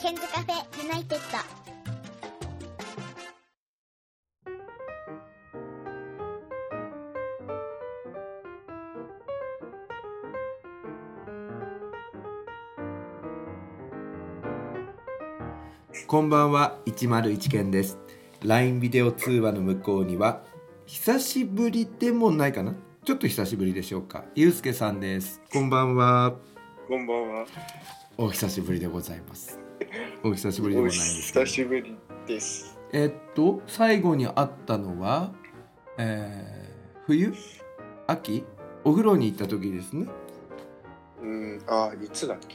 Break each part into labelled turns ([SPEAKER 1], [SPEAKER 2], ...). [SPEAKER 1] ケンズカフェユナイテッド。
[SPEAKER 2] こんばんは101件です LINE ビデオ通話の向こうには久しぶりでもないかなちょっと久しぶりでしょうかゆうすけさんですこんばんは
[SPEAKER 3] こんばんは。
[SPEAKER 2] お久しぶりでございますお久しぶりで
[SPEAKER 3] お
[SPEAKER 2] もないんですけ
[SPEAKER 3] 久
[SPEAKER 2] ど
[SPEAKER 3] しぶりです。
[SPEAKER 2] えっと最後に会ったのは、えー冬秋お風呂に行った時ですね
[SPEAKER 3] うん、あ、いつだっけ。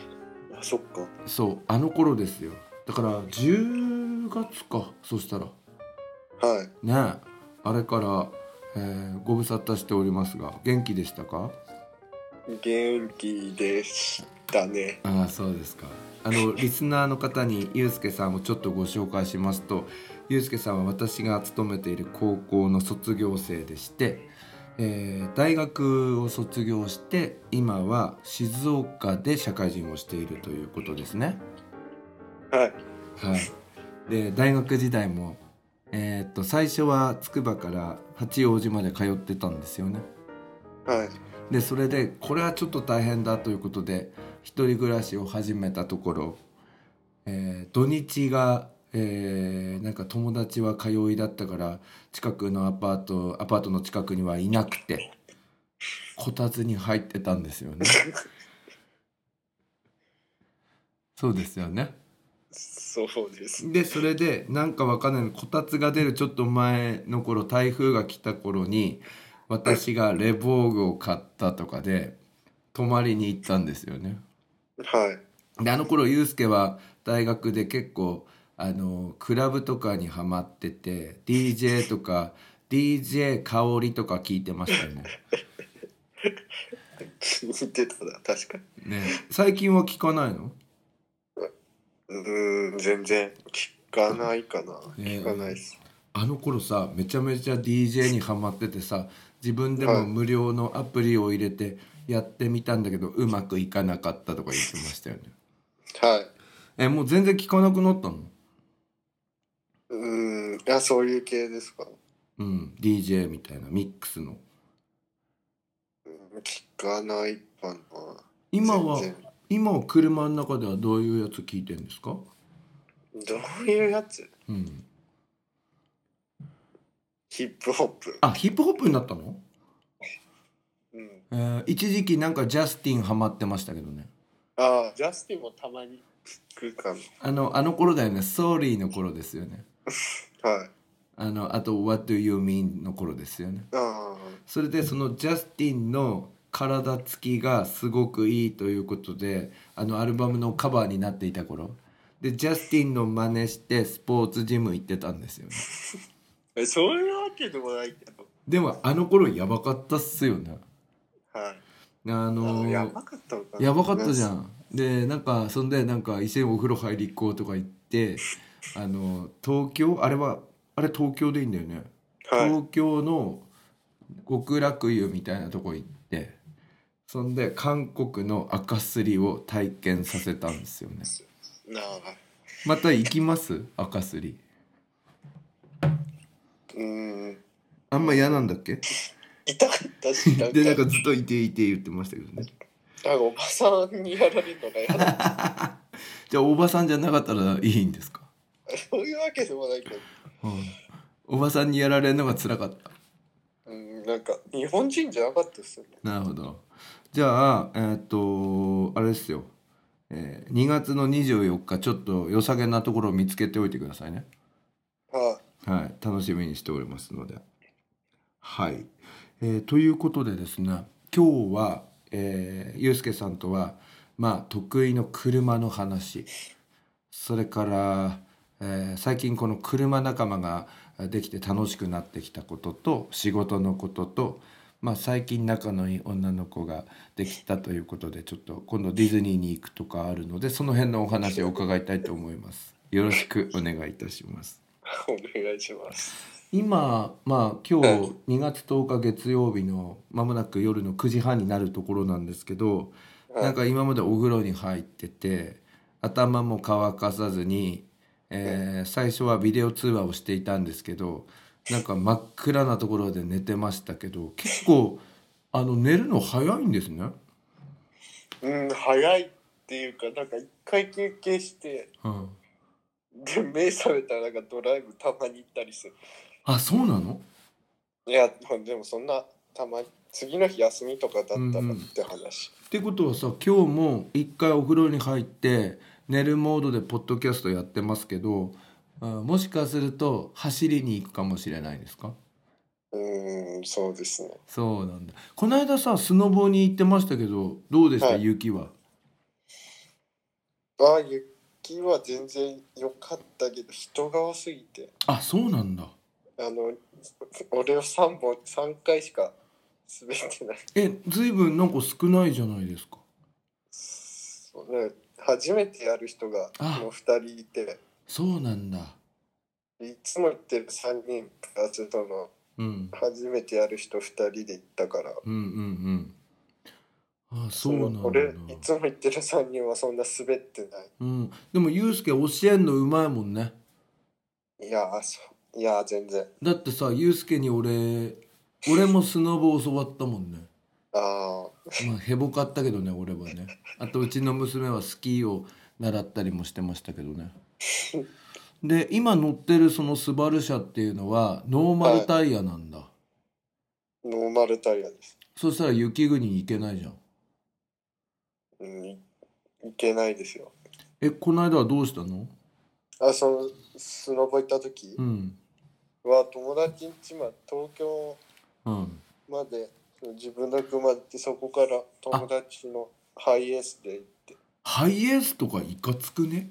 [SPEAKER 3] あ、そっか。
[SPEAKER 2] そうあの頃ですよだから10月かそしたら
[SPEAKER 3] はい。
[SPEAKER 2] ねえあれから、えーご無沙汰しておりますが元気でしたか
[SPEAKER 3] 元気でしたね。
[SPEAKER 2] ああそうですかあのリスナーの方にゆうすけさんをちょっとご紹介しますとゆうすけさんは私が勤めている高校の卒業生でして、えー大学を卒業して今は静岡で社会人をしているということですね。
[SPEAKER 3] はい。
[SPEAKER 2] はい、で大学時代も、えーっと最初は筑波から八王子まで通ってたんですよね。
[SPEAKER 3] はい。
[SPEAKER 2] でそれでこれはちょっと大変だということで一人暮らしを始めたところ、えー土日が、えーなんか友達は通いだったから近くのアパートアパートの近くにはいなくてこたつに入ってたんですよね。そうですよね。
[SPEAKER 3] そうです。
[SPEAKER 2] でそれでなんかわかんないこたつが出るちょっと前の頃台風が来た頃に私がレボーグを買ったとかで泊まりに行ったんですよね。
[SPEAKER 3] はい。
[SPEAKER 2] であの頃ユうスケは大学で結構あのクラブとかにハマってて DJ とか DJ 香りとか聞いてましたよね。
[SPEAKER 3] 聞いてたな、確かに。
[SPEAKER 2] ね最近は聞かないの
[SPEAKER 3] うーん、全然聞かないかな。
[SPEAKER 2] ね
[SPEAKER 3] 聞かないです。
[SPEAKER 2] あの頃さめちゃめちゃ DJ にハマっててさ自分でも無料のアプリを入れてやってみたんだけど、うまくいかなかったとか言ってましたよね
[SPEAKER 3] はい。
[SPEAKER 2] えもう全然聞かなくなったの
[SPEAKER 3] うーん、あ、そういう系ですか。
[SPEAKER 2] うん DJ みたいなミックスの
[SPEAKER 3] うん聞かないかな。
[SPEAKER 2] 今は
[SPEAKER 3] 全然
[SPEAKER 2] 今は車の中ではどういうやつ聞いてんですか
[SPEAKER 3] どういうやつ。
[SPEAKER 2] うん
[SPEAKER 3] ヒップホップ。
[SPEAKER 2] あヒップホップになったの、
[SPEAKER 3] うん。
[SPEAKER 2] えー一時期なんかジャスティンハマってましたけどね
[SPEAKER 3] あ、ジャスティンもたまに聞くか
[SPEAKER 2] あのあの頃だよね「Sorry」の頃ですよね
[SPEAKER 3] な。はい。
[SPEAKER 2] あのあと「What do you mean」の頃ですよね
[SPEAKER 3] ああ。
[SPEAKER 2] それでそのジャスティンの体つきがすごくいいということであのアルバムのカバーになっていた頃でジャスティンの真似してスポーツジム行ってたんですよね
[SPEAKER 3] えそういうわけでもないけど。
[SPEAKER 2] でもあの頃やばかったっすよね
[SPEAKER 3] はい。
[SPEAKER 2] あの
[SPEAKER 3] あ
[SPEAKER 2] ー
[SPEAKER 3] やばかったのかな。
[SPEAKER 2] やばかったじゃ
[SPEAKER 3] ん。
[SPEAKER 2] んでなんかそんでなんか一緒にお風呂入り行こうとか言ってあの東京あれはあれ東京でいいんだよね、
[SPEAKER 3] はい。
[SPEAKER 2] 東京の極楽湯みたいなとこ行ってそんで韓国の赤すりを体験させたんですよね
[SPEAKER 3] なあ。
[SPEAKER 2] また行きます赤すり
[SPEAKER 3] うーん。
[SPEAKER 2] あんま嫌なんだっけ
[SPEAKER 3] 痛かったし、なんか、
[SPEAKER 2] でな
[SPEAKER 3] なんんか
[SPEAKER 2] かずっといていて言ってましたけどね
[SPEAKER 3] おばさんにやられるのが嫌だ。
[SPEAKER 2] じゃあおばさんじゃなかったらいいんですか、
[SPEAKER 3] そういうわ けでもないけど。
[SPEAKER 2] おばさんにやられるのが辛かった
[SPEAKER 3] うん、なんか、日本人じゃなかったっすよね。
[SPEAKER 2] なるほどじゃあえーっとあれですよ、えー2月の24日ちょっと良さげなところを見つけておいてくださいね
[SPEAKER 3] は
[SPEAKER 2] はい、楽しみにしておりますので。はい、えーということでですね今日は、えー、ゆうすけさんとは、まあ、得意の車の話それから、えー最近この車仲間ができて楽しくなってきたことと仕事のことと、まあ、最近仲のいい女の子ができたということでちょっと今度ディズニーに行くとかあるのでその辺のお話を伺いたいと思います。よろしくお願いいたします。
[SPEAKER 3] い。お願いします。
[SPEAKER 2] 今まあ今日
[SPEAKER 3] はい
[SPEAKER 2] 2月10日月曜日のまもなく夜の9時半になるところなんですけど、
[SPEAKER 3] はい
[SPEAKER 2] なんか今までお風呂に入ってて頭も乾かさずに、えー最初はビデオ通話をしていたんですけどなんか真っ暗なところで寝てましたけど結構あの寝るの早いんですね。
[SPEAKER 3] うん、早いっていうか、なんか一回休憩して、
[SPEAKER 2] うん、
[SPEAKER 3] で、目覚めたらなんかドライブたまに行ったりする。
[SPEAKER 2] あそうなの
[SPEAKER 3] いや、でもそんな、たまに、次の日休みとかだったら
[SPEAKER 2] うんうん
[SPEAKER 3] って話。
[SPEAKER 2] ってことはさ今日も一回お風呂に入って寝るモードでポッドキャストやってますけどあもしかすると走りに行くかもしれないですか
[SPEAKER 3] うん、そうですね。
[SPEAKER 2] そうなんだこの間さスノボに行ってましたけどどうでした、
[SPEAKER 3] はい
[SPEAKER 2] 雪は
[SPEAKER 3] あ、雪は全然良かったけど、人が多すぎて。
[SPEAKER 2] あそうなんだ
[SPEAKER 3] あの、俺は3本、3回しか滑ってない。
[SPEAKER 2] えずいぶんなんか少ないじゃないですか
[SPEAKER 3] そうね、初めてやる人が
[SPEAKER 2] あ
[SPEAKER 3] もう2人いて、
[SPEAKER 2] そうなんだ
[SPEAKER 3] いつも行ってる3人プラスその、
[SPEAKER 2] うん
[SPEAKER 3] 初めてやる人2人で行ったから、
[SPEAKER 2] うんうんうんあそうなんだ
[SPEAKER 3] の俺、いつも行ってる3人はそんな滑ってな
[SPEAKER 2] うん、でもユうスケ教えんのうまいもんね
[SPEAKER 3] い。いやー、そう。いやー、全然。
[SPEAKER 2] だってさユうスケに俺俺もスノボ教わったもんね
[SPEAKER 3] あ
[SPEAKER 2] まあへぼかったけどね俺はねあとうちの娘はスキーを習ったりもしてましたけどねで今乗ってるそのスバル車っていうのはノーマルタイヤなんだ、
[SPEAKER 3] ー、ノーマルタイヤです。
[SPEAKER 2] そしたら雪国に行けないじゃん
[SPEAKER 3] うん、いいけないですよ。
[SPEAKER 2] えこの間はどうしたの
[SPEAKER 3] あ、その、スノボ行った時
[SPEAKER 2] うん
[SPEAKER 3] は、友達んちまで、東京
[SPEAKER 2] うん
[SPEAKER 3] まで、自分の車で行って、そこから友達のハイエースで行って、
[SPEAKER 2] ハイエースとかいかつくね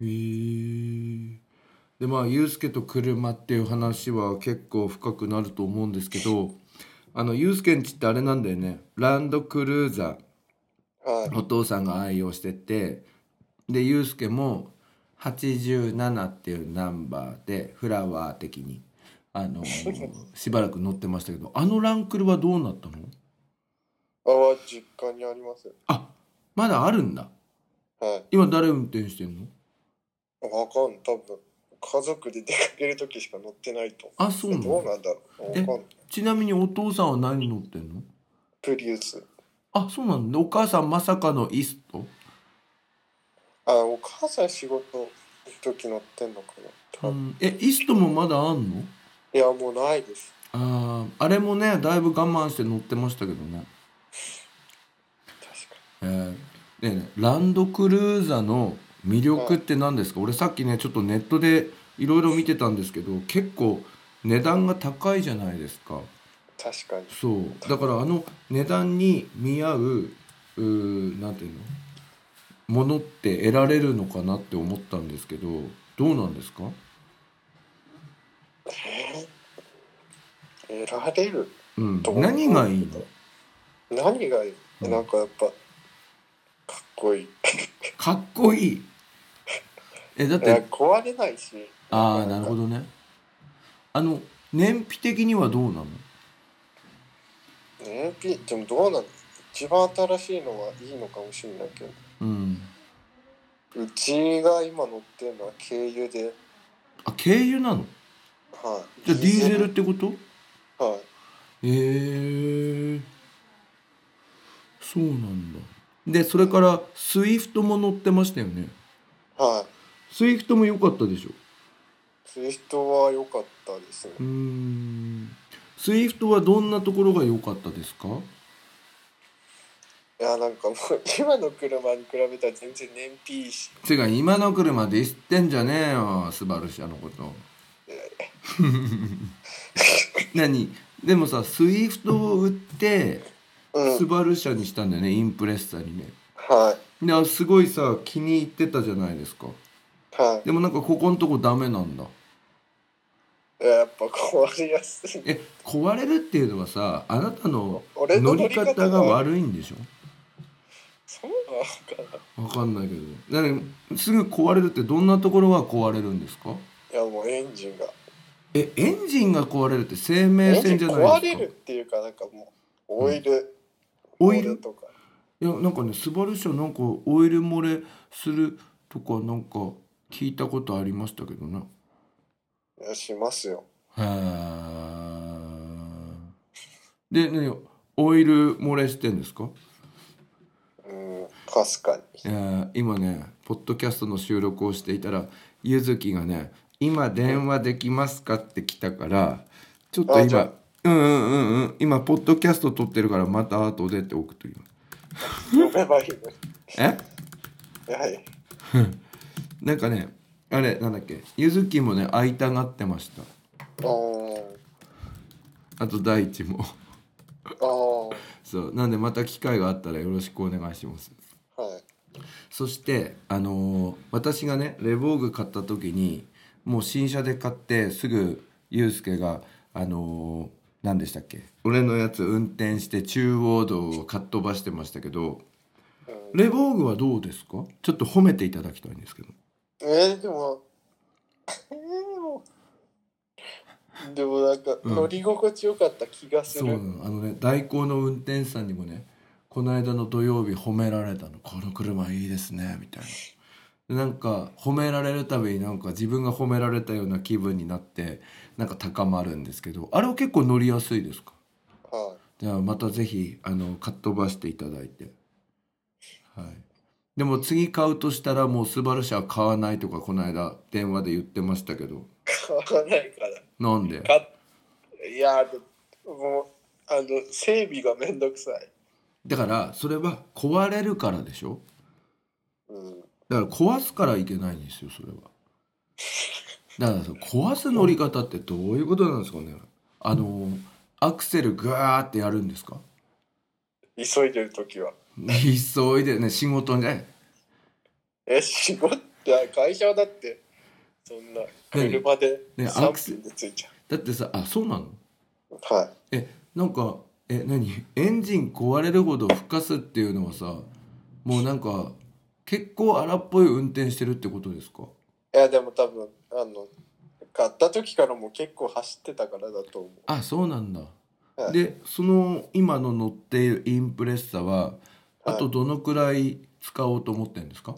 [SPEAKER 2] へえでまあユうスケと車っていう話は結構深くなると思うんですけどあのユうスケんちってあれなんだよねランドクルーザー
[SPEAKER 3] はい。
[SPEAKER 2] お父さんが愛用しててでユうスケも87っていうナンバーでフラワー的にあのしばらく乗ってましたけどあのランクルはどうなったの
[SPEAKER 3] あは実家にあります。
[SPEAKER 2] あまだあるんだ
[SPEAKER 3] はい。
[SPEAKER 2] 今誰運転してんの
[SPEAKER 3] わかんない、多分家族で出かけるときしか乗ってないと。
[SPEAKER 2] あそうな
[SPEAKER 3] ど
[SPEAKER 2] の
[SPEAKER 3] うなんだろう。わか
[SPEAKER 2] え
[SPEAKER 3] んない。
[SPEAKER 2] ちなみにお父さんは何乗ってんの
[SPEAKER 3] プリウス。
[SPEAKER 2] あそうなんだお母さんまさかのイスト
[SPEAKER 3] あ、お母さん仕事の時乗ってんのかな。多
[SPEAKER 2] う
[SPEAKER 3] 分
[SPEAKER 2] んえイストもまだあんの
[SPEAKER 3] いや、もうないです。
[SPEAKER 2] あーあれもねだいぶ我慢して乗ってましたけどね
[SPEAKER 3] 確か
[SPEAKER 2] えーねえねえランドクルーザの魅力って何ですか、俺さっきねちょっとネットでいろいろ見てたんですけど結構値段が高いじゃないですか
[SPEAKER 3] に。確かに。
[SPEAKER 2] そうだからあの値段に見合ううーなんていうのものって得られるのかなって思ったんですけどどうなんですか
[SPEAKER 3] 得られる。
[SPEAKER 2] うん
[SPEAKER 3] どう
[SPEAKER 2] 何がいいの
[SPEAKER 3] 何がいい、
[SPEAKER 2] うん
[SPEAKER 3] なんかやっぱ、かっこいい。
[SPEAKER 2] かっこいいえだっ
[SPEAKER 3] いや
[SPEAKER 2] て、
[SPEAKER 3] 壊れないし。
[SPEAKER 2] ああなるほ
[SPEAKER 3] ど。
[SPEAKER 2] どねあの燃費的にはどうなの
[SPEAKER 3] 燃費、でもどうなの一番新しいのはいいのかもしれないけど。
[SPEAKER 2] うん
[SPEAKER 3] うちが今乗ってるのは軽油で、
[SPEAKER 2] あ軽油なの
[SPEAKER 3] はい。
[SPEAKER 2] じゃあディーゼルってこと
[SPEAKER 3] はい。
[SPEAKER 2] へえー、そうなんだでそれからスイフトも乗ってましたよね
[SPEAKER 3] はい。
[SPEAKER 2] スイフトも良かったでしょ
[SPEAKER 3] ツイストは良かったですね
[SPEAKER 2] うー。んスイフトはどんなところが良かったですか
[SPEAKER 3] いや、なんかもう今の車に比べたら全然燃費いいし、
[SPEAKER 2] てか今の車で知ってんじゃねえよスバル車のこと 何でもさスイフトを売って
[SPEAKER 3] うん
[SPEAKER 2] ス。バル車にしたんだよねインプレッサにね
[SPEAKER 3] は
[SPEAKER 2] であすごいさ気に入ってたじゃないですか
[SPEAKER 3] い。は
[SPEAKER 2] でもなんかここのとこダメなんだ
[SPEAKER 3] い。いややっぱ壊れやすい。
[SPEAKER 2] え壊れるっていうのはさあなたの
[SPEAKER 3] 俺の
[SPEAKER 2] 乗り
[SPEAKER 3] 乗り
[SPEAKER 2] 方が
[SPEAKER 3] 方が
[SPEAKER 2] 悪いんでしょ
[SPEAKER 3] そうなのかな。
[SPEAKER 2] わかんないけどだからすぐ壊れるってどんなところが壊れるんですか
[SPEAKER 3] いや、もうエンジンが。
[SPEAKER 2] えエンジンが壊れるって生命
[SPEAKER 3] エンジ
[SPEAKER 2] 線
[SPEAKER 3] ン
[SPEAKER 2] じゃな
[SPEAKER 3] 壊
[SPEAKER 2] いで
[SPEAKER 3] れ
[SPEAKER 2] すか
[SPEAKER 3] るっていうか、なんかもう、オイル、
[SPEAKER 2] オイル
[SPEAKER 3] とか。
[SPEAKER 2] いやなんかねスバル車なんかオイル漏れするとかなんか聞いたことありましたけどね
[SPEAKER 3] いやしますよ。
[SPEAKER 2] へーで何オイル漏れしてんですか
[SPEAKER 3] うん、かすかに。
[SPEAKER 2] えー今ねポッドキャストの収録をしていたらゆずきがね「今電話できますか?」って来たからちょっと
[SPEAKER 3] あじ
[SPEAKER 2] 今
[SPEAKER 3] ゃ
[SPEAKER 2] 「うんうんうんうん今ポッドキャスト撮ってるからまた後で」って送っときます。
[SPEAKER 3] 読めばいいの
[SPEAKER 2] え
[SPEAKER 3] に。はい。
[SPEAKER 2] なんかねあれなんだっけゆずきもね会いたがってました
[SPEAKER 3] あー
[SPEAKER 2] あと大地も
[SPEAKER 3] あー。
[SPEAKER 2] そうなんでまた機会があったらよろしくお願いします
[SPEAKER 3] はい。
[SPEAKER 2] そしてあのー私がねレボーグ買った時にもう新車で買ってすぐユうスケがあのー何でしたっけ俺のやつ運転して中央道をかっ飛ばしてましたけどレボーグはどうですかちょっと褒めていただきたいんですけど
[SPEAKER 3] えー、でも、えー、もう、でもなんか、
[SPEAKER 2] うん
[SPEAKER 3] 乗り心地よかった気がす
[SPEAKER 2] そうな
[SPEAKER 3] る。
[SPEAKER 2] のあのね代行の運転手さんにもねこの間の土曜日褒められたの「この車いいですね」みたいな。でなんか褒められるたびになんか自分が褒められたような気分になってなんか高まるんですけどあれは結構乗りやすいですか
[SPEAKER 3] は
[SPEAKER 2] じゃあまたぜひあのかっ飛ばしていただいてはいでも次買うとしたらもうスバル車は買わないとかこの間電話で言ってましたけど
[SPEAKER 3] い。買わないから。
[SPEAKER 2] なんで
[SPEAKER 3] かいやーでもうあの整備がめんどくさい、
[SPEAKER 2] だからそれは壊れるからでしょ
[SPEAKER 3] うん、
[SPEAKER 2] だから壊すからいけないんですよそれはだからその壊す乗り方ってどういうことなんですかねあのアクセルガーってやるんですか
[SPEAKER 3] 急いでる時は
[SPEAKER 2] 急いでね仕事ね
[SPEAKER 3] え仕事会社はだってそんな
[SPEAKER 2] 何
[SPEAKER 3] 車で
[SPEAKER 2] ね
[SPEAKER 3] 3
[SPEAKER 2] アクセ
[SPEAKER 3] 分で着いちゃ
[SPEAKER 2] だってさあそうなの
[SPEAKER 3] う、はい
[SPEAKER 2] えなんかえ何エンジン壊れるほど吹かすっていうのはさもうなんか結構荒っぽい運転してるってことですか
[SPEAKER 3] いやでも多分あの買った時からもう結構走ってたからだと思
[SPEAKER 2] あそうなんだ、
[SPEAKER 3] はい
[SPEAKER 2] でその今の乗っているインプレッサはあ
[SPEAKER 3] はい
[SPEAKER 2] とどのくらい使おうと思ってるんですか、
[SPEAKER 3] う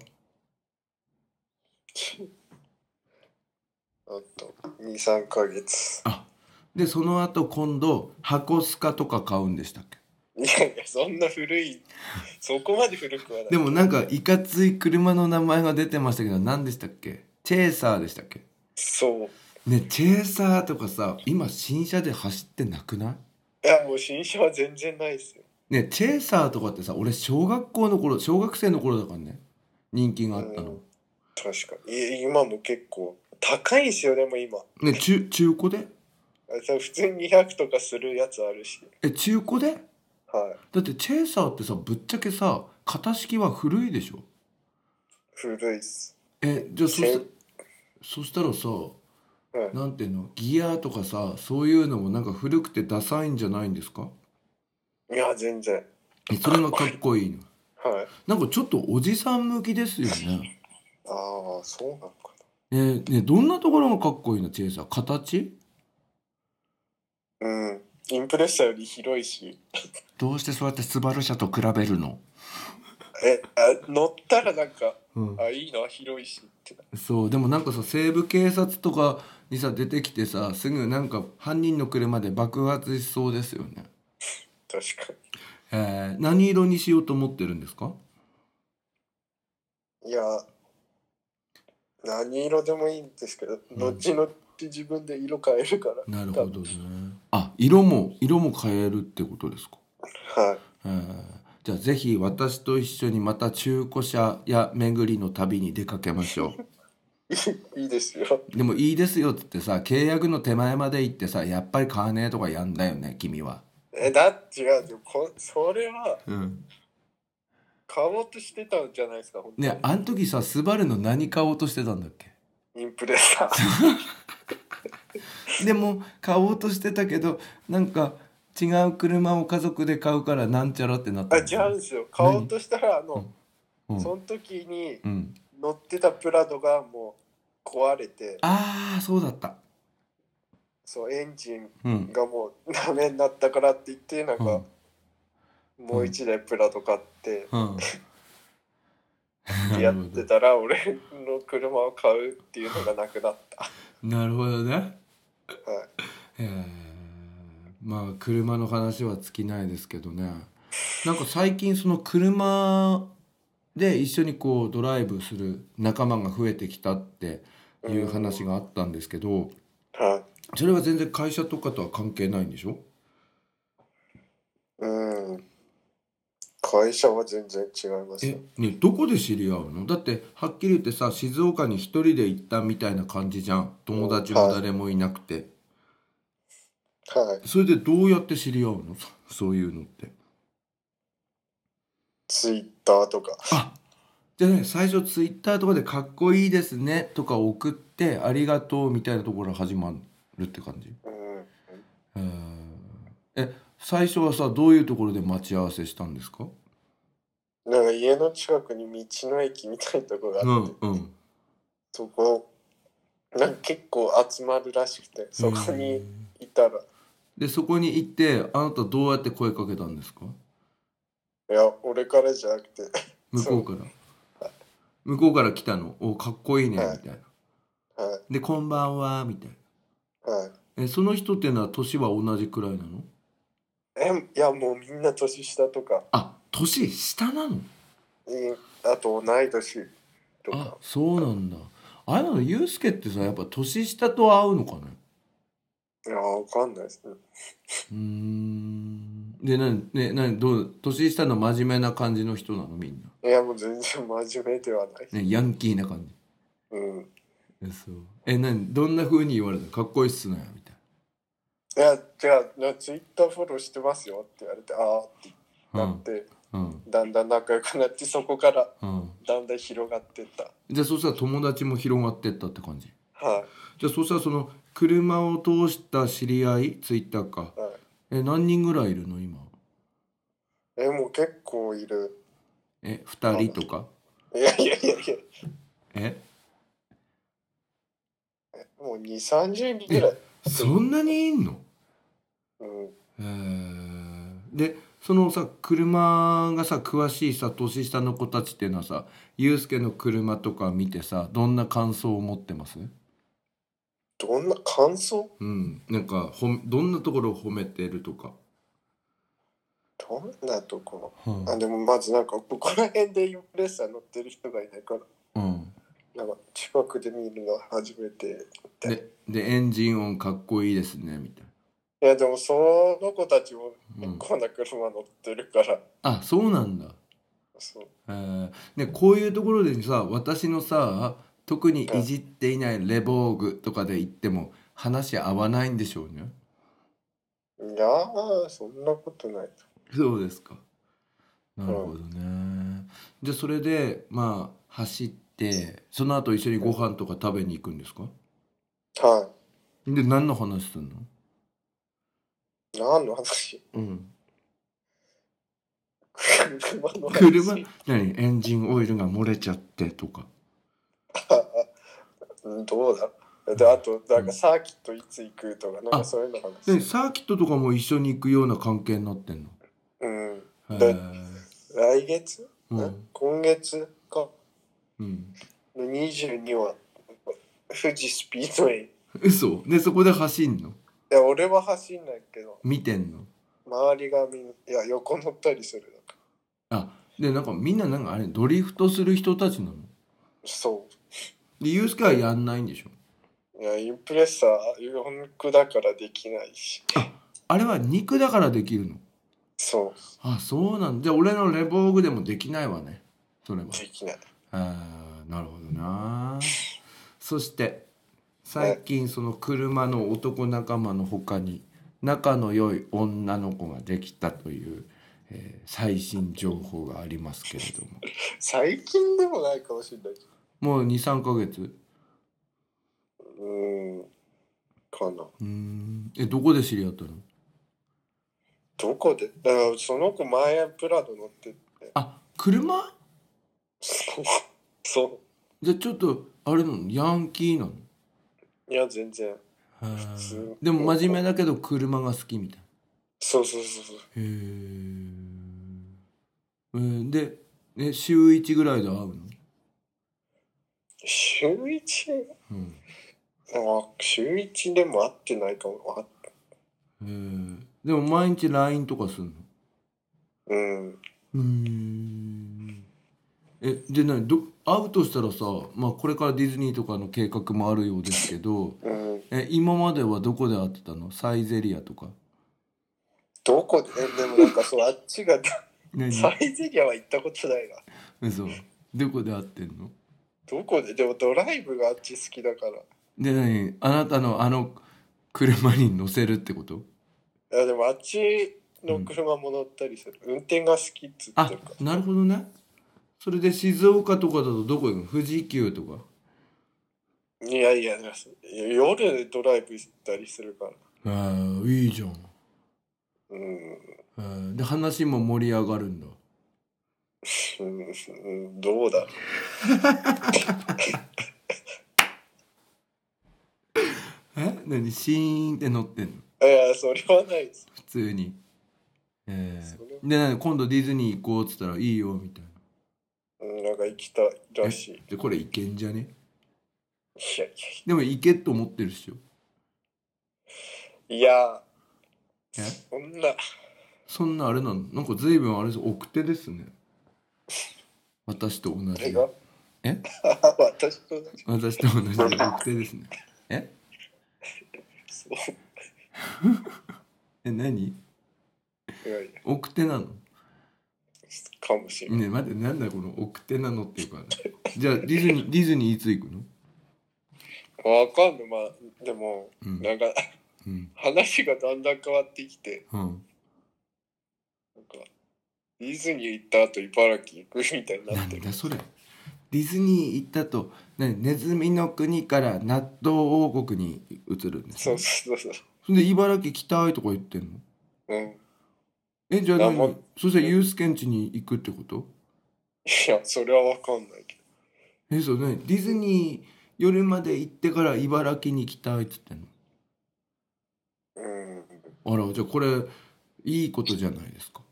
[SPEAKER 3] あと23ヶ月
[SPEAKER 2] あでその後今度箱スカとか買うんでしたっけ
[SPEAKER 3] いやいやそんな古いそこまで古くはない
[SPEAKER 2] でもなんかいかつい車の名前が出てましたけど何でしたっけチェーサーでしたっけ
[SPEAKER 3] そう
[SPEAKER 2] ねチェーサーとかさ今新車で走ってなくない
[SPEAKER 3] いやもう新車は全然ないですよ
[SPEAKER 2] ねチェーサーとかってさ俺小学校の頃小学生の頃だからね人気があったの、
[SPEAKER 3] 確かい今も結構高いんすよでも今
[SPEAKER 2] ね中中古で
[SPEAKER 3] あそう普通に200とかするやつあるし、
[SPEAKER 2] え中古で
[SPEAKER 3] はい、
[SPEAKER 2] だってチェイサーってさぶっちゃけさ型式は古いでしょ
[SPEAKER 3] 古いっす。
[SPEAKER 2] えじゃあそし
[SPEAKER 3] え
[SPEAKER 2] そしたらさ
[SPEAKER 3] はい、
[SPEAKER 2] なんていうのギアとかさそういうのもなんか古くてダサいんじゃないんですか
[SPEAKER 3] いや、全然。
[SPEAKER 2] えそれがかっこいいの
[SPEAKER 3] はい。
[SPEAKER 2] なんかちょっとおじさん向きですよね
[SPEAKER 3] ああ、そうなのか
[SPEAKER 2] ねねどんなところがかっこいいのチェイサー形
[SPEAKER 3] な。うん。インプレッサーより広いし。
[SPEAKER 2] どうしてそうやってスバル車と比べるの、
[SPEAKER 3] え、あ乗ったらなんか、
[SPEAKER 2] うん、
[SPEAKER 3] あ、いいな、広いしってな。
[SPEAKER 2] そうでもなんかさ西部警察とかにさ出てきてさすぐなんか犯人の車で爆発しそうですよね
[SPEAKER 3] 確か
[SPEAKER 2] えー何色にしようと思ってるんですか
[SPEAKER 3] に。いや、何色でもいいんですけど、後々自分で色変えるから。
[SPEAKER 2] なるほどねあ色も色も変えるってことですか、
[SPEAKER 3] はい。
[SPEAKER 2] えーじゃあぜひ私と一緒にまた中古車や巡りの旅に出かけましょ
[SPEAKER 3] いいですよ。
[SPEAKER 2] うでもいいですよっつってさ契約の手前まで行ってさやっぱり買わねえとかやんだよね君は
[SPEAKER 3] え、だって違うでもこ、それは
[SPEAKER 2] うん
[SPEAKER 3] 買おうとしてたんじゃないですか、本当に。
[SPEAKER 2] ねあの時さスバルの何買おうとしてたんだっけ
[SPEAKER 3] インプレッサー。
[SPEAKER 2] でも買おうとしてたけどなんか違う車を家族で買うからなんちゃらってなった
[SPEAKER 3] あ
[SPEAKER 2] んだよ
[SPEAKER 3] 違うんですよ買おうとしたらあの、
[SPEAKER 2] うん
[SPEAKER 3] その時に
[SPEAKER 2] うん、
[SPEAKER 3] 乗ってたプラドがもう壊れて
[SPEAKER 2] ああそうだった
[SPEAKER 3] そうエンジン
[SPEAKER 2] うん
[SPEAKER 3] がもうダメになったからって言ってなんか、
[SPEAKER 2] うん
[SPEAKER 3] もう一台プラド買って
[SPEAKER 2] うん。
[SPEAKER 3] やってたら俺の車を買うっていうのがなくなった。
[SPEAKER 2] なるほどね。
[SPEAKER 3] はい
[SPEAKER 2] えーまあ車の話は尽きないですけどねなんか最近その車で一緒にこうドライブする仲間が増えてきたっていう話があったんですけど
[SPEAKER 3] はい。
[SPEAKER 2] それは全然会社とかとは関係ないんでしょ
[SPEAKER 3] うん。会社は全然違います
[SPEAKER 2] え
[SPEAKER 3] よ。、
[SPEAKER 2] ね、どこで知り合うのだってはっきり言ってさ静岡に一人で行ったみたいな感じじゃん友達も誰もいなくて
[SPEAKER 3] はい。
[SPEAKER 2] それでどうやって知り合うのそそういうのって
[SPEAKER 3] ツイッターとか。
[SPEAKER 2] あじゃあね最初ツイッターとかで「かっこいいですね」とか送って「ありがとう」みたいなところから始まるって感じ
[SPEAKER 3] うん。
[SPEAKER 2] へーえ最初はさどういうところで待ち合わせしたんですか
[SPEAKER 3] なんか家の近くに道の駅みたいなとこがあって、
[SPEAKER 2] うんうん
[SPEAKER 3] そこ、なんか結構集まるらしくて、そこ
[SPEAKER 2] う
[SPEAKER 3] に
[SPEAKER 2] ん
[SPEAKER 3] いたら、
[SPEAKER 2] でそこに行ってあなたどうやって声かけたんですか
[SPEAKER 3] いや、俺からじゃなくて、
[SPEAKER 2] 向こうから向こうから来たの「おかっこいいね」み
[SPEAKER 3] はい
[SPEAKER 2] たいな
[SPEAKER 3] は。
[SPEAKER 2] 「でこんばんは」みたいない
[SPEAKER 3] はい。
[SPEAKER 2] えその人っていうのは年は同じくらいなの
[SPEAKER 3] え、いや、もうみんな年下とか、
[SPEAKER 2] あ年下なの
[SPEAKER 3] うんあと同い年と
[SPEAKER 2] あ
[SPEAKER 3] か。
[SPEAKER 2] そうなんだあれなのユうスケってさやっぱ年下と合うのかね
[SPEAKER 3] いや、わかんないですね。
[SPEAKER 2] うーんで何ね何どう年下の真面目な感じの人なのみん
[SPEAKER 3] いや、もう全然真面目ではない。
[SPEAKER 2] な、ね、ヤンキーな感じ
[SPEAKER 3] うん。
[SPEAKER 2] えそうえ何どんな風に言われたのかっこいいっすねみたい
[SPEAKER 3] いや、じゃあ、ツイッターフォローしてますよって言われて、ああって
[SPEAKER 2] な
[SPEAKER 3] なって、
[SPEAKER 2] うんうん
[SPEAKER 3] だんだん仲良くなって、そこから
[SPEAKER 2] うん
[SPEAKER 3] だんだん広がってった。
[SPEAKER 2] じゃあそしたら友達も広がってったって感じ
[SPEAKER 3] は
[SPEAKER 2] じゃあそしたらその車を通した知り合いツイッターか
[SPEAKER 3] い、はい。
[SPEAKER 2] え何人ぐらいいるの今
[SPEAKER 3] え、もう結構いる。
[SPEAKER 2] え二人とか
[SPEAKER 3] いやいやいやいや、
[SPEAKER 2] え
[SPEAKER 3] もう2、30人ぐらい。
[SPEAKER 2] そんなにいんの
[SPEAKER 3] うん。
[SPEAKER 2] へーでそのさ車がさ詳しいさ年下の子たちっていうのはさユうスケの車とか見てさどんな感想を持ってます
[SPEAKER 3] どんな感想
[SPEAKER 2] うんなんかほんどんなところを褒めてるとか、
[SPEAKER 3] どんなとこ
[SPEAKER 2] うん
[SPEAKER 3] ろあ、でもまずなんか、ここら辺でレーサー乗ってる人がいないから、なんか近くで見るのは初めて。
[SPEAKER 2] ででエンジン音かっこいいですねみたい
[SPEAKER 3] いや、でもその子たちも
[SPEAKER 2] な、うん
[SPEAKER 3] 結、構な車乗ってるから、
[SPEAKER 2] あそうなんだ
[SPEAKER 3] そう。
[SPEAKER 2] えーね、こういうところでさ私のさ特にいじっていないレボーグとかで言っても話合わないんでしょうね
[SPEAKER 3] いやー、そんなことない。
[SPEAKER 2] そうですか。なるほどね。じゃあそれでまあ走ってその後一緒にご飯とか食べに行くんですか。
[SPEAKER 3] は
[SPEAKER 2] で何の話するの？
[SPEAKER 3] い。何の話
[SPEAKER 2] うん。
[SPEAKER 3] 車の話。
[SPEAKER 2] 車何エンジンオイルが漏れちゃってとか。
[SPEAKER 3] うんどうだろうで、あと、なんかサーキットいつ行くとか、なん
[SPEAKER 2] あ
[SPEAKER 3] かそういうの話。
[SPEAKER 2] でサーキットとかも一緒に行くような関係になってんの。
[SPEAKER 3] うん。
[SPEAKER 2] へ
[SPEAKER 3] だ
[SPEAKER 2] ー
[SPEAKER 3] 来月、
[SPEAKER 2] うん
[SPEAKER 3] 今月か。
[SPEAKER 2] うん。
[SPEAKER 3] 22は、富士スピードウェイ。い
[SPEAKER 2] 嘘。でそこで走んの。
[SPEAKER 3] や、俺は走んないけど、
[SPEAKER 2] 見てんの。
[SPEAKER 3] 周りがみんいや、横乗ったりするのか。
[SPEAKER 2] あでなんかみんななんかあれドリフトする人たちなの。
[SPEAKER 3] そ
[SPEAKER 2] でユースケはやんないんでしょ。
[SPEAKER 3] う。いや、インプレッサー、四駆だからできないし。
[SPEAKER 2] あれは肉だからできるの。
[SPEAKER 3] そ
[SPEAKER 2] あそうなんだ俺のレボーグでもできないわねそれは
[SPEAKER 3] う、できない。
[SPEAKER 2] あーなるほどなそして最近その車の男仲間の他に仲の良い女の子ができたという、えー最新情報がありますけれども
[SPEAKER 3] 最近でもないかもしれないけど。
[SPEAKER 2] もう23ヶ月
[SPEAKER 3] うーん。かな。
[SPEAKER 2] うーんえどこで知り合ったの
[SPEAKER 3] どこでだからその子前プラド乗って て。
[SPEAKER 2] あ車
[SPEAKER 3] そう。そ
[SPEAKER 2] じゃあちょっとあれなのヤンキーなの
[SPEAKER 3] う。いや、全然。
[SPEAKER 2] へ
[SPEAKER 3] 普
[SPEAKER 2] ー
[SPEAKER 3] 通
[SPEAKER 2] でも真面目だけど車が好きみたい
[SPEAKER 3] そうそうそうそう。
[SPEAKER 2] へーうん、で、え、週一ぐらいで会うの
[SPEAKER 3] 週一
[SPEAKER 2] うん。
[SPEAKER 3] あ週一でも会ってないかもあ
[SPEAKER 2] えー、でも毎日 LINE とかするの
[SPEAKER 3] うん
[SPEAKER 2] うーん。え、で、なに、ど、会うとしたらさ、まあこれからディズニーとかの計画もあるようですけど、
[SPEAKER 3] うん
[SPEAKER 2] え、今まではどこで会ってたのサイゼリアとか。
[SPEAKER 3] どこでえでもなんかそうあっちが
[SPEAKER 2] 何
[SPEAKER 3] サイゼリアは行ったことないな
[SPEAKER 2] 嘘。どこで会ってんの
[SPEAKER 3] どこででもドライブがあっち好きだから
[SPEAKER 2] で、なに、あなたのあの車に乗せるってこと
[SPEAKER 3] いやでもあっちの車も乗ったりする、運転が好きっつって
[SPEAKER 2] あ
[SPEAKER 3] るから、
[SPEAKER 2] なるほどね。それで静岡とかだとどこ行くの富士急とか。
[SPEAKER 3] いやいやいや夜ドライブしたりするから
[SPEAKER 2] ああ、いいじゃん。
[SPEAKER 3] うん、
[SPEAKER 2] えーで話も盛り上がるんだ
[SPEAKER 3] うんうん、どうだろ
[SPEAKER 2] え何シーンって乗ってんの
[SPEAKER 3] ういやそれはないです
[SPEAKER 2] 普通にえ
[SPEAKER 3] それ
[SPEAKER 2] ー、で何今度ディズニー行こうっつったら「いいよ」みたいな
[SPEAKER 3] うんなんか行きたいらしいい
[SPEAKER 2] でこれ行けんじゃね
[SPEAKER 3] やい
[SPEAKER 2] でも行けと思ってるっしょ
[SPEAKER 3] やいや
[SPEAKER 2] え
[SPEAKER 3] そんな
[SPEAKER 2] そんなあれなのなんか随分あれです奥手ですね私と同
[SPEAKER 3] 手
[SPEAKER 2] じ
[SPEAKER 3] が
[SPEAKER 2] え
[SPEAKER 3] 私と同じ
[SPEAKER 2] 私と同じで奥手ですねえ
[SPEAKER 3] そう
[SPEAKER 2] え何
[SPEAKER 3] いやいや
[SPEAKER 2] 奥手なの
[SPEAKER 3] かもしれない、
[SPEAKER 2] ねえ待ってなんだこの奥手なのっていうかじゃあディズニーディズニーいつ行くの
[SPEAKER 3] わかんないまあでも、
[SPEAKER 2] うん
[SPEAKER 3] なんか
[SPEAKER 2] うん
[SPEAKER 3] 話がだんだん変わってきて
[SPEAKER 2] うん
[SPEAKER 3] なんかディズニー行った後茨城行くみたいにな
[SPEAKER 2] な
[SPEAKER 3] っ
[SPEAKER 2] ん
[SPEAKER 3] てる
[SPEAKER 2] だそれディズニー行ったと何ネズミの国から納豆王国に移るんです
[SPEAKER 3] そ
[SPEAKER 2] ね
[SPEAKER 3] うそうそうそ
[SPEAKER 2] それで茨城来たいとか言ってんの
[SPEAKER 3] ううん
[SPEAKER 2] えじゃあ
[SPEAKER 3] いやも
[SPEAKER 2] 何
[SPEAKER 3] う
[SPEAKER 2] そしたらユースケンチに行くってこと
[SPEAKER 3] いやそれはわかんないけど
[SPEAKER 2] えそうねディズニー夜まで行ってから茨城に来たいっつってんの
[SPEAKER 3] うん
[SPEAKER 2] あらじゃあこれいいことじゃないですか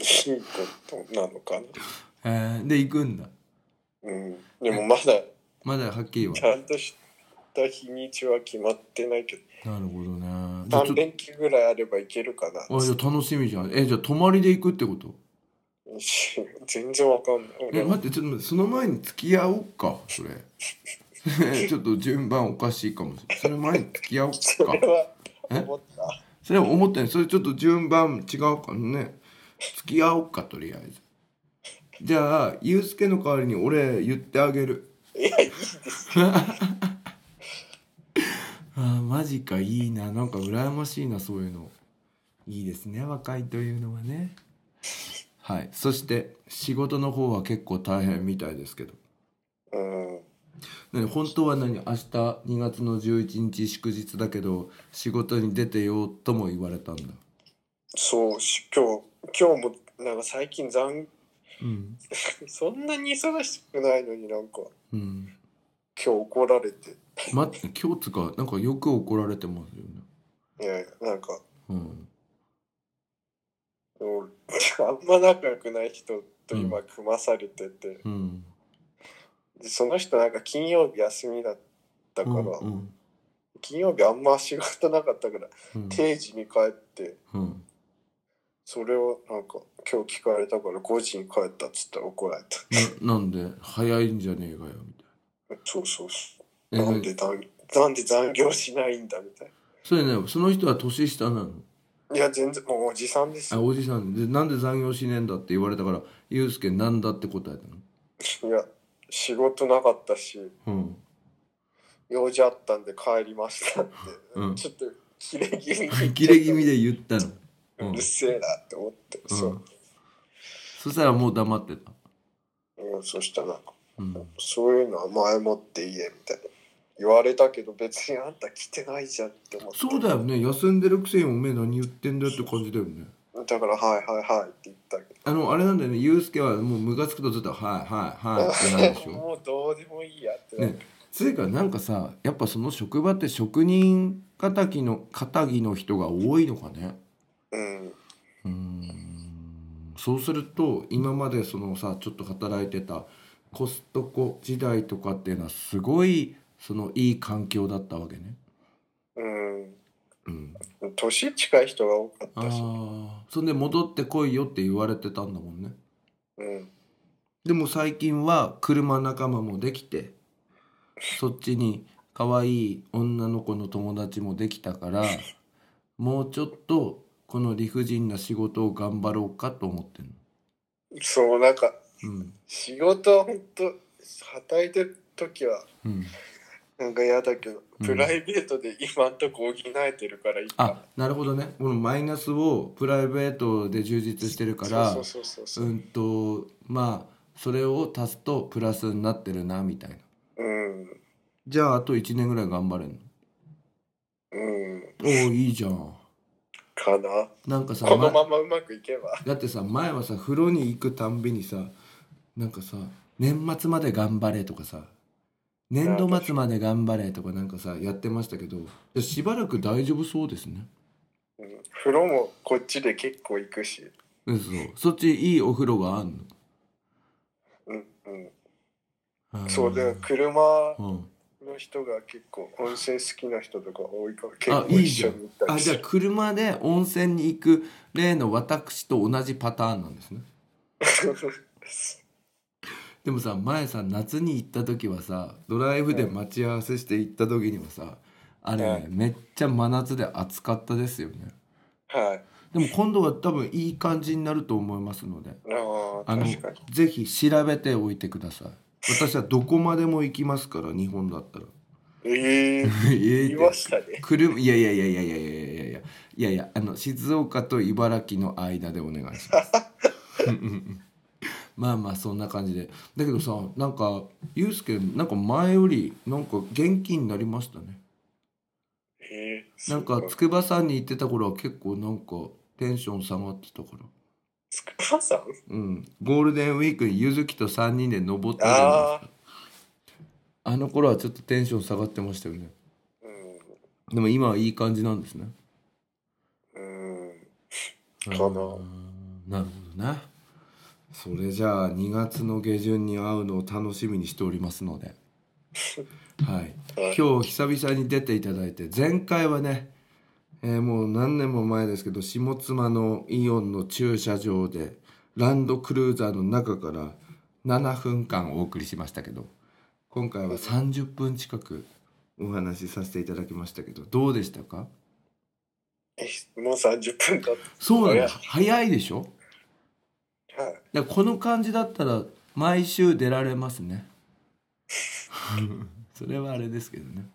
[SPEAKER 3] いいことなのかな
[SPEAKER 2] えー、で行くんだ
[SPEAKER 3] うんでもまだ
[SPEAKER 2] まだはっきりは
[SPEAKER 3] ちゃんとした日にちは決まってないけど
[SPEAKER 2] なるほどねじゃあちょ
[SPEAKER 3] 3連休ぐらいあればいけるかな
[SPEAKER 2] あじゃあ楽しみじゃんえじゃあ泊まりで行くってこと
[SPEAKER 3] 全然わかんない
[SPEAKER 2] え
[SPEAKER 3] 俺
[SPEAKER 2] 待ってちょっと待ってその前に付き合おうかそ れちょっと順番おかしいかもしれないそれ前に付き合おう
[SPEAKER 3] それ
[SPEAKER 2] か
[SPEAKER 3] は
[SPEAKER 2] え
[SPEAKER 3] 思った
[SPEAKER 2] それは思ったよそれちょっと順番違うからね付き合おうかとりあえずじゃあユうスケの代わりに俺言ってあげる
[SPEAKER 3] いやいいです
[SPEAKER 2] あーマジかいいななんか羨ましいなそういうのいいですね若いというのはねはいそして仕事の方は結構大変みたいですけど
[SPEAKER 3] うん
[SPEAKER 2] 何本当は何明日2月の11日祝日だけど仕事に出てよとも言われたんだ
[SPEAKER 3] そうし今日今日もなんか最近残
[SPEAKER 2] うん、
[SPEAKER 3] そんなに忙しくないのになんか
[SPEAKER 2] うん、
[SPEAKER 3] 今日怒られて
[SPEAKER 2] 待って今日つかなんかよく怒られてますよね
[SPEAKER 3] いやいやなんか
[SPEAKER 2] うん
[SPEAKER 3] 俺 あんま仲良くない人と今組まされてて、
[SPEAKER 2] うん
[SPEAKER 3] でその人なんか金曜日休みだったから、
[SPEAKER 2] うん
[SPEAKER 3] 金曜日あんま仕事なかったから
[SPEAKER 2] うん
[SPEAKER 3] 定時に帰って
[SPEAKER 2] うん
[SPEAKER 3] それをなんか今日聞かれたから5時に帰ったっつったら怒られた
[SPEAKER 2] ななんで早いんじゃねえかよみたい
[SPEAKER 3] そうそうそ
[SPEAKER 2] な
[SPEAKER 3] うな
[SPEAKER 2] え
[SPEAKER 3] んで残なんで残業しないんだみたい
[SPEAKER 2] それねその人は年下なの
[SPEAKER 3] ないや全然もうおじさんです
[SPEAKER 2] あ
[SPEAKER 3] よ
[SPEAKER 2] おじさんでなんで残業しねえんだって言われたからゆうすけなんだって答えたの
[SPEAKER 3] いや仕事なかったし
[SPEAKER 2] うん
[SPEAKER 3] 用事あったんで帰りましたって、
[SPEAKER 2] うん
[SPEAKER 3] ちょっと切れ気味に言っちゃ った
[SPEAKER 2] 切れ気味で言ったのうん
[SPEAKER 3] うるせえなって思って、
[SPEAKER 2] う
[SPEAKER 3] そ
[SPEAKER 2] んそしたらもう黙ってた
[SPEAKER 3] う、うん、そしたらなんか
[SPEAKER 2] うん
[SPEAKER 3] そういうのは前もって言えみたいな言われたけど別にあんた来てないじゃんって思って
[SPEAKER 2] そうだよね休んでるくせにおめえ何言ってんだよって感じだよね
[SPEAKER 3] だから「はいはいはい」って言ったけ
[SPEAKER 2] あのあれなんだよねユうスケはもうムカつくとずっと「はいはいはい」ってなるでし
[SPEAKER 3] ど
[SPEAKER 2] ょ
[SPEAKER 3] もうどうでもいいやってなる、
[SPEAKER 2] ねつうかなんかさやっぱその職場って職人敵の肩の人が多いのかね
[SPEAKER 3] うん
[SPEAKER 2] うーんそうすると今までそのさちょっと働いてたコストコ時代とかっていうのはすごいそのいい環境だったわけね。
[SPEAKER 3] うん
[SPEAKER 2] うん、
[SPEAKER 3] 年近い人が多かっ
[SPEAKER 2] あ
[SPEAKER 3] たし、
[SPEAKER 2] あそんで戻ってこいよって言われてたんだもんね。
[SPEAKER 3] うん、
[SPEAKER 2] でも最近は車仲間もできてそっちに可愛い女の子の友達もできた からもうちょっとこの理不尽な仕事を頑張ろうかと思ってる
[SPEAKER 3] そうなんか
[SPEAKER 2] の。うん
[SPEAKER 3] 仕事本当働いてる時は
[SPEAKER 2] うん、
[SPEAKER 3] なんか嫌だけど、
[SPEAKER 2] うん
[SPEAKER 3] プライベートで今んとこ補えてるからいい
[SPEAKER 2] あ
[SPEAKER 3] か
[SPEAKER 2] なるほどねこのマイナスをプライベートで充実してるか
[SPEAKER 3] な
[SPEAKER 2] ら
[SPEAKER 3] そうそうそうそうう、
[SPEAKER 2] んとまあそれを足すとプラスになってるなみたいな
[SPEAKER 3] うん
[SPEAKER 2] じゃああと1年ぐらい頑張れ んの
[SPEAKER 3] うん、
[SPEAKER 2] おーいいじゃん
[SPEAKER 3] かな
[SPEAKER 2] なんかさ
[SPEAKER 3] この
[SPEAKER 2] ま
[SPEAKER 3] ままうまくいけば
[SPEAKER 2] だってさ前はさ風呂に行くたんびにさなんかさ年末まで頑張れとかさ年度末まで頑張れとかなんかさやってましたけどいやしばらく大丈夫そうですね
[SPEAKER 3] うん風呂もこっちで結構行くし、
[SPEAKER 2] うんそうそっちいいお風呂があんの
[SPEAKER 3] うんうん、
[SPEAKER 2] あー
[SPEAKER 3] そうで車
[SPEAKER 2] うん
[SPEAKER 3] の人が結構温泉好きな人とか多いから結構
[SPEAKER 2] あいい
[SPEAKER 3] 一
[SPEAKER 2] じゃ
[SPEAKER 3] 緒
[SPEAKER 2] ん
[SPEAKER 3] に行った
[SPEAKER 2] あ
[SPEAKER 3] り
[SPEAKER 2] じ
[SPEAKER 3] す
[SPEAKER 2] ゃあ
[SPEAKER 3] る
[SPEAKER 2] 車で温泉に行く例の私と同じパターンなんですねでもさ前さ夏に行った時はさドライブで待ち合わせして行った時にはさあれ、ねめっちゃ真夏で暑かったですよね
[SPEAKER 3] はい
[SPEAKER 2] でも今度は多分いい感じになると思いますので
[SPEAKER 3] ああ
[SPEAKER 2] あの
[SPEAKER 3] 確かに
[SPEAKER 2] ぜひ調べておいてください私はどこまでも行きますから日本だったら
[SPEAKER 3] ええ
[SPEAKER 2] ええって
[SPEAKER 3] 言いましたね
[SPEAKER 2] 車いやいやいやいやいやいやいやいやいやいやあの静岡と茨城の間でお願いし ますうんうんうんまあまあそんな感じでだけどさなんかゆうすけなんか前よりなんか元気になりましたね
[SPEAKER 3] ええ
[SPEAKER 2] なんか筑波山に行ってた頃は結構なんかテンション下がってたから
[SPEAKER 3] つくばさん
[SPEAKER 2] うんゴールデンウィークにゆずきと3人で登ったじゃないですか
[SPEAKER 3] ああ
[SPEAKER 2] あの頃はちょっとテンション下がってましたよね
[SPEAKER 3] うん
[SPEAKER 2] でも今はいい感じなんですね
[SPEAKER 3] うん
[SPEAKER 2] か
[SPEAKER 3] な
[SPEAKER 2] なるほどねそれじゃあ2月の下旬に会うのを楽しみにしております のではい
[SPEAKER 3] はい
[SPEAKER 2] 今日久々に出ていただいて前回はね、えーもう何年も前ですけど下妻のイオンの駐車場でランドクルーザーの中から7分間お送りしましたけど今回は30分近くお話しさせていただきましたけどどうでしたか
[SPEAKER 3] えもう30分だっ
[SPEAKER 2] そうなん
[SPEAKER 3] い
[SPEAKER 2] で
[SPEAKER 3] や
[SPEAKER 2] す早いでしょ
[SPEAKER 3] たはい
[SPEAKER 2] いやこの感じだったら毎週出られます ねそれはあれですけどね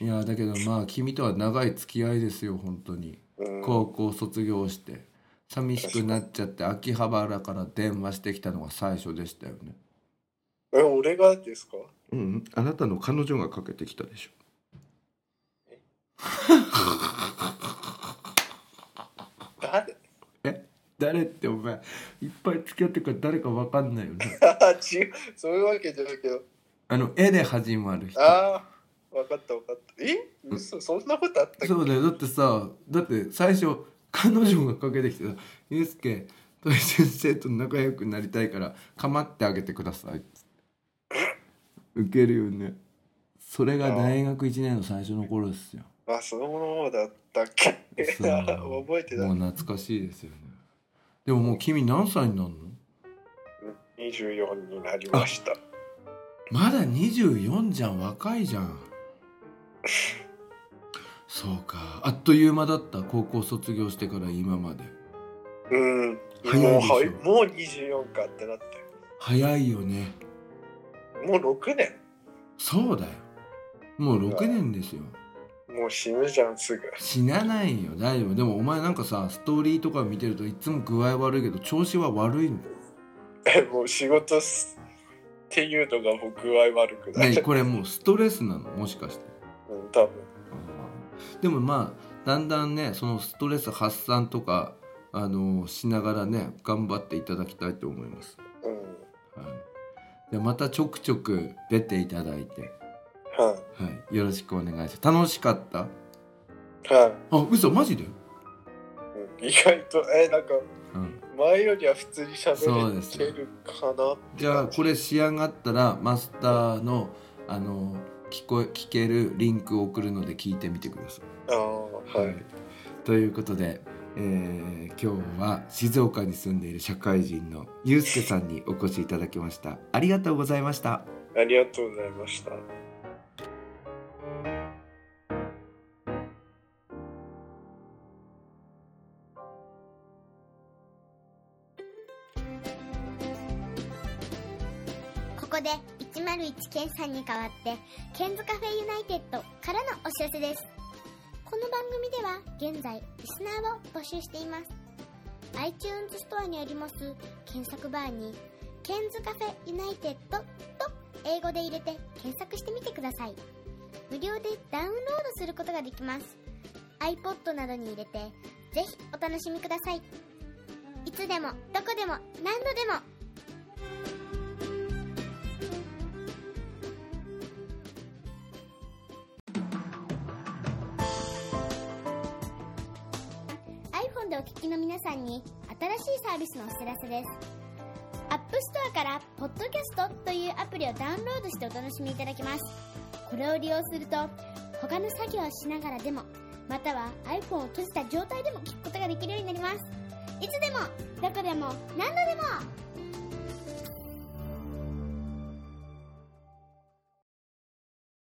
[SPEAKER 2] いやだけどまあ君とは長い付き合いですよ本当に
[SPEAKER 3] うん
[SPEAKER 2] 高校卒業して寂しくなっちゃって秋葉原から電話してきたのが最初でしたよね
[SPEAKER 3] え俺がですか
[SPEAKER 2] うんあなたの彼女がかけてきたでしょ
[SPEAKER 3] 誰
[SPEAKER 2] え誰ってお前いっぱい付き合ってるから誰か分かんないよ ね
[SPEAKER 3] あ違うそういうわけじゃないけど
[SPEAKER 2] あの絵で始まる人
[SPEAKER 3] ああわかったわかったえ嘘そんなことあったっけ
[SPEAKER 2] そうだよだってさだって最初彼女がかけてきてさ「ゆうすけ土井先生と仲良くなりたいから構ってあげてください」ウケるよねそれが大学1年の最初の頃ですよ
[SPEAKER 3] あそのものだったっけ
[SPEAKER 2] そう
[SPEAKER 3] 覚えてた
[SPEAKER 2] もう懐かしいですよねでももう君何歳になるの
[SPEAKER 3] 24になりました
[SPEAKER 2] まだ24じゃん若いじゃんそうかあっという間だった高校卒業してから今まで
[SPEAKER 3] うん
[SPEAKER 2] 早いでしょ
[SPEAKER 3] もうはいもう24かってなって
[SPEAKER 2] 早いよね
[SPEAKER 3] もう6年
[SPEAKER 2] そうだよもう6年ですよ
[SPEAKER 3] もう死ぬじゃんすぐ
[SPEAKER 2] 死なないよ大丈夫でもお前なんかさストーリーとか見てるといつも具合悪いけど調子は悪いの
[SPEAKER 3] えもう仕事すっていうのが僕は悪くな
[SPEAKER 2] ね
[SPEAKER 3] い、
[SPEAKER 2] これもうストレスなのもしかして
[SPEAKER 3] うん、多分
[SPEAKER 2] でもまあだんだんねそのストレス発散とかあのしながらね頑張っていただきたいと思います、
[SPEAKER 3] うん
[SPEAKER 2] はい、でまたちょくちょく出ていただいて、
[SPEAKER 3] は
[SPEAKER 2] はい、よろしくお願いします楽しかった
[SPEAKER 3] いは
[SPEAKER 2] あ嘘マジで、
[SPEAKER 3] い、うん、意外とえなんか
[SPEAKER 2] うん、
[SPEAKER 3] 前よりは普通に
[SPEAKER 2] そう
[SPEAKER 3] 喋
[SPEAKER 2] で
[SPEAKER 3] れ
[SPEAKER 2] す
[SPEAKER 3] てるかな
[SPEAKER 2] じゃあこれ仕上がったらマスターのあの聞こえ聞けるリンクを送るので聞いてみてくださ
[SPEAKER 3] ああ
[SPEAKER 2] い。
[SPEAKER 3] はい、
[SPEAKER 2] ということで、えー今日は静岡に住んでいる社会人のゆうすけさんにお越しいただきました。ありがとうございました。
[SPEAKER 3] ありがとうございました
[SPEAKER 1] ここで101ケンさんに代わってケンズカフェユナイテッドからのお知らせですこの番組では現在リスナーを募集しています iTunes ストアにあります検索バーに「ケンズカフェユナイテッド」と英語で入れて検索してみてください無料でダウンロードすることができます iPod などに入れてぜひお楽しみくださいいつでもどこでも何度でもiPhone でお聞きの皆さんに新しいサービスのお知らせです App Store から「Podcast」というアプリをダウンロードしてお楽しみいただけますこれを利用すると他の作業をしながらでもまたは iPhone を閉じた状態でも聞くことができるようになりますいつでもどこでも何度でも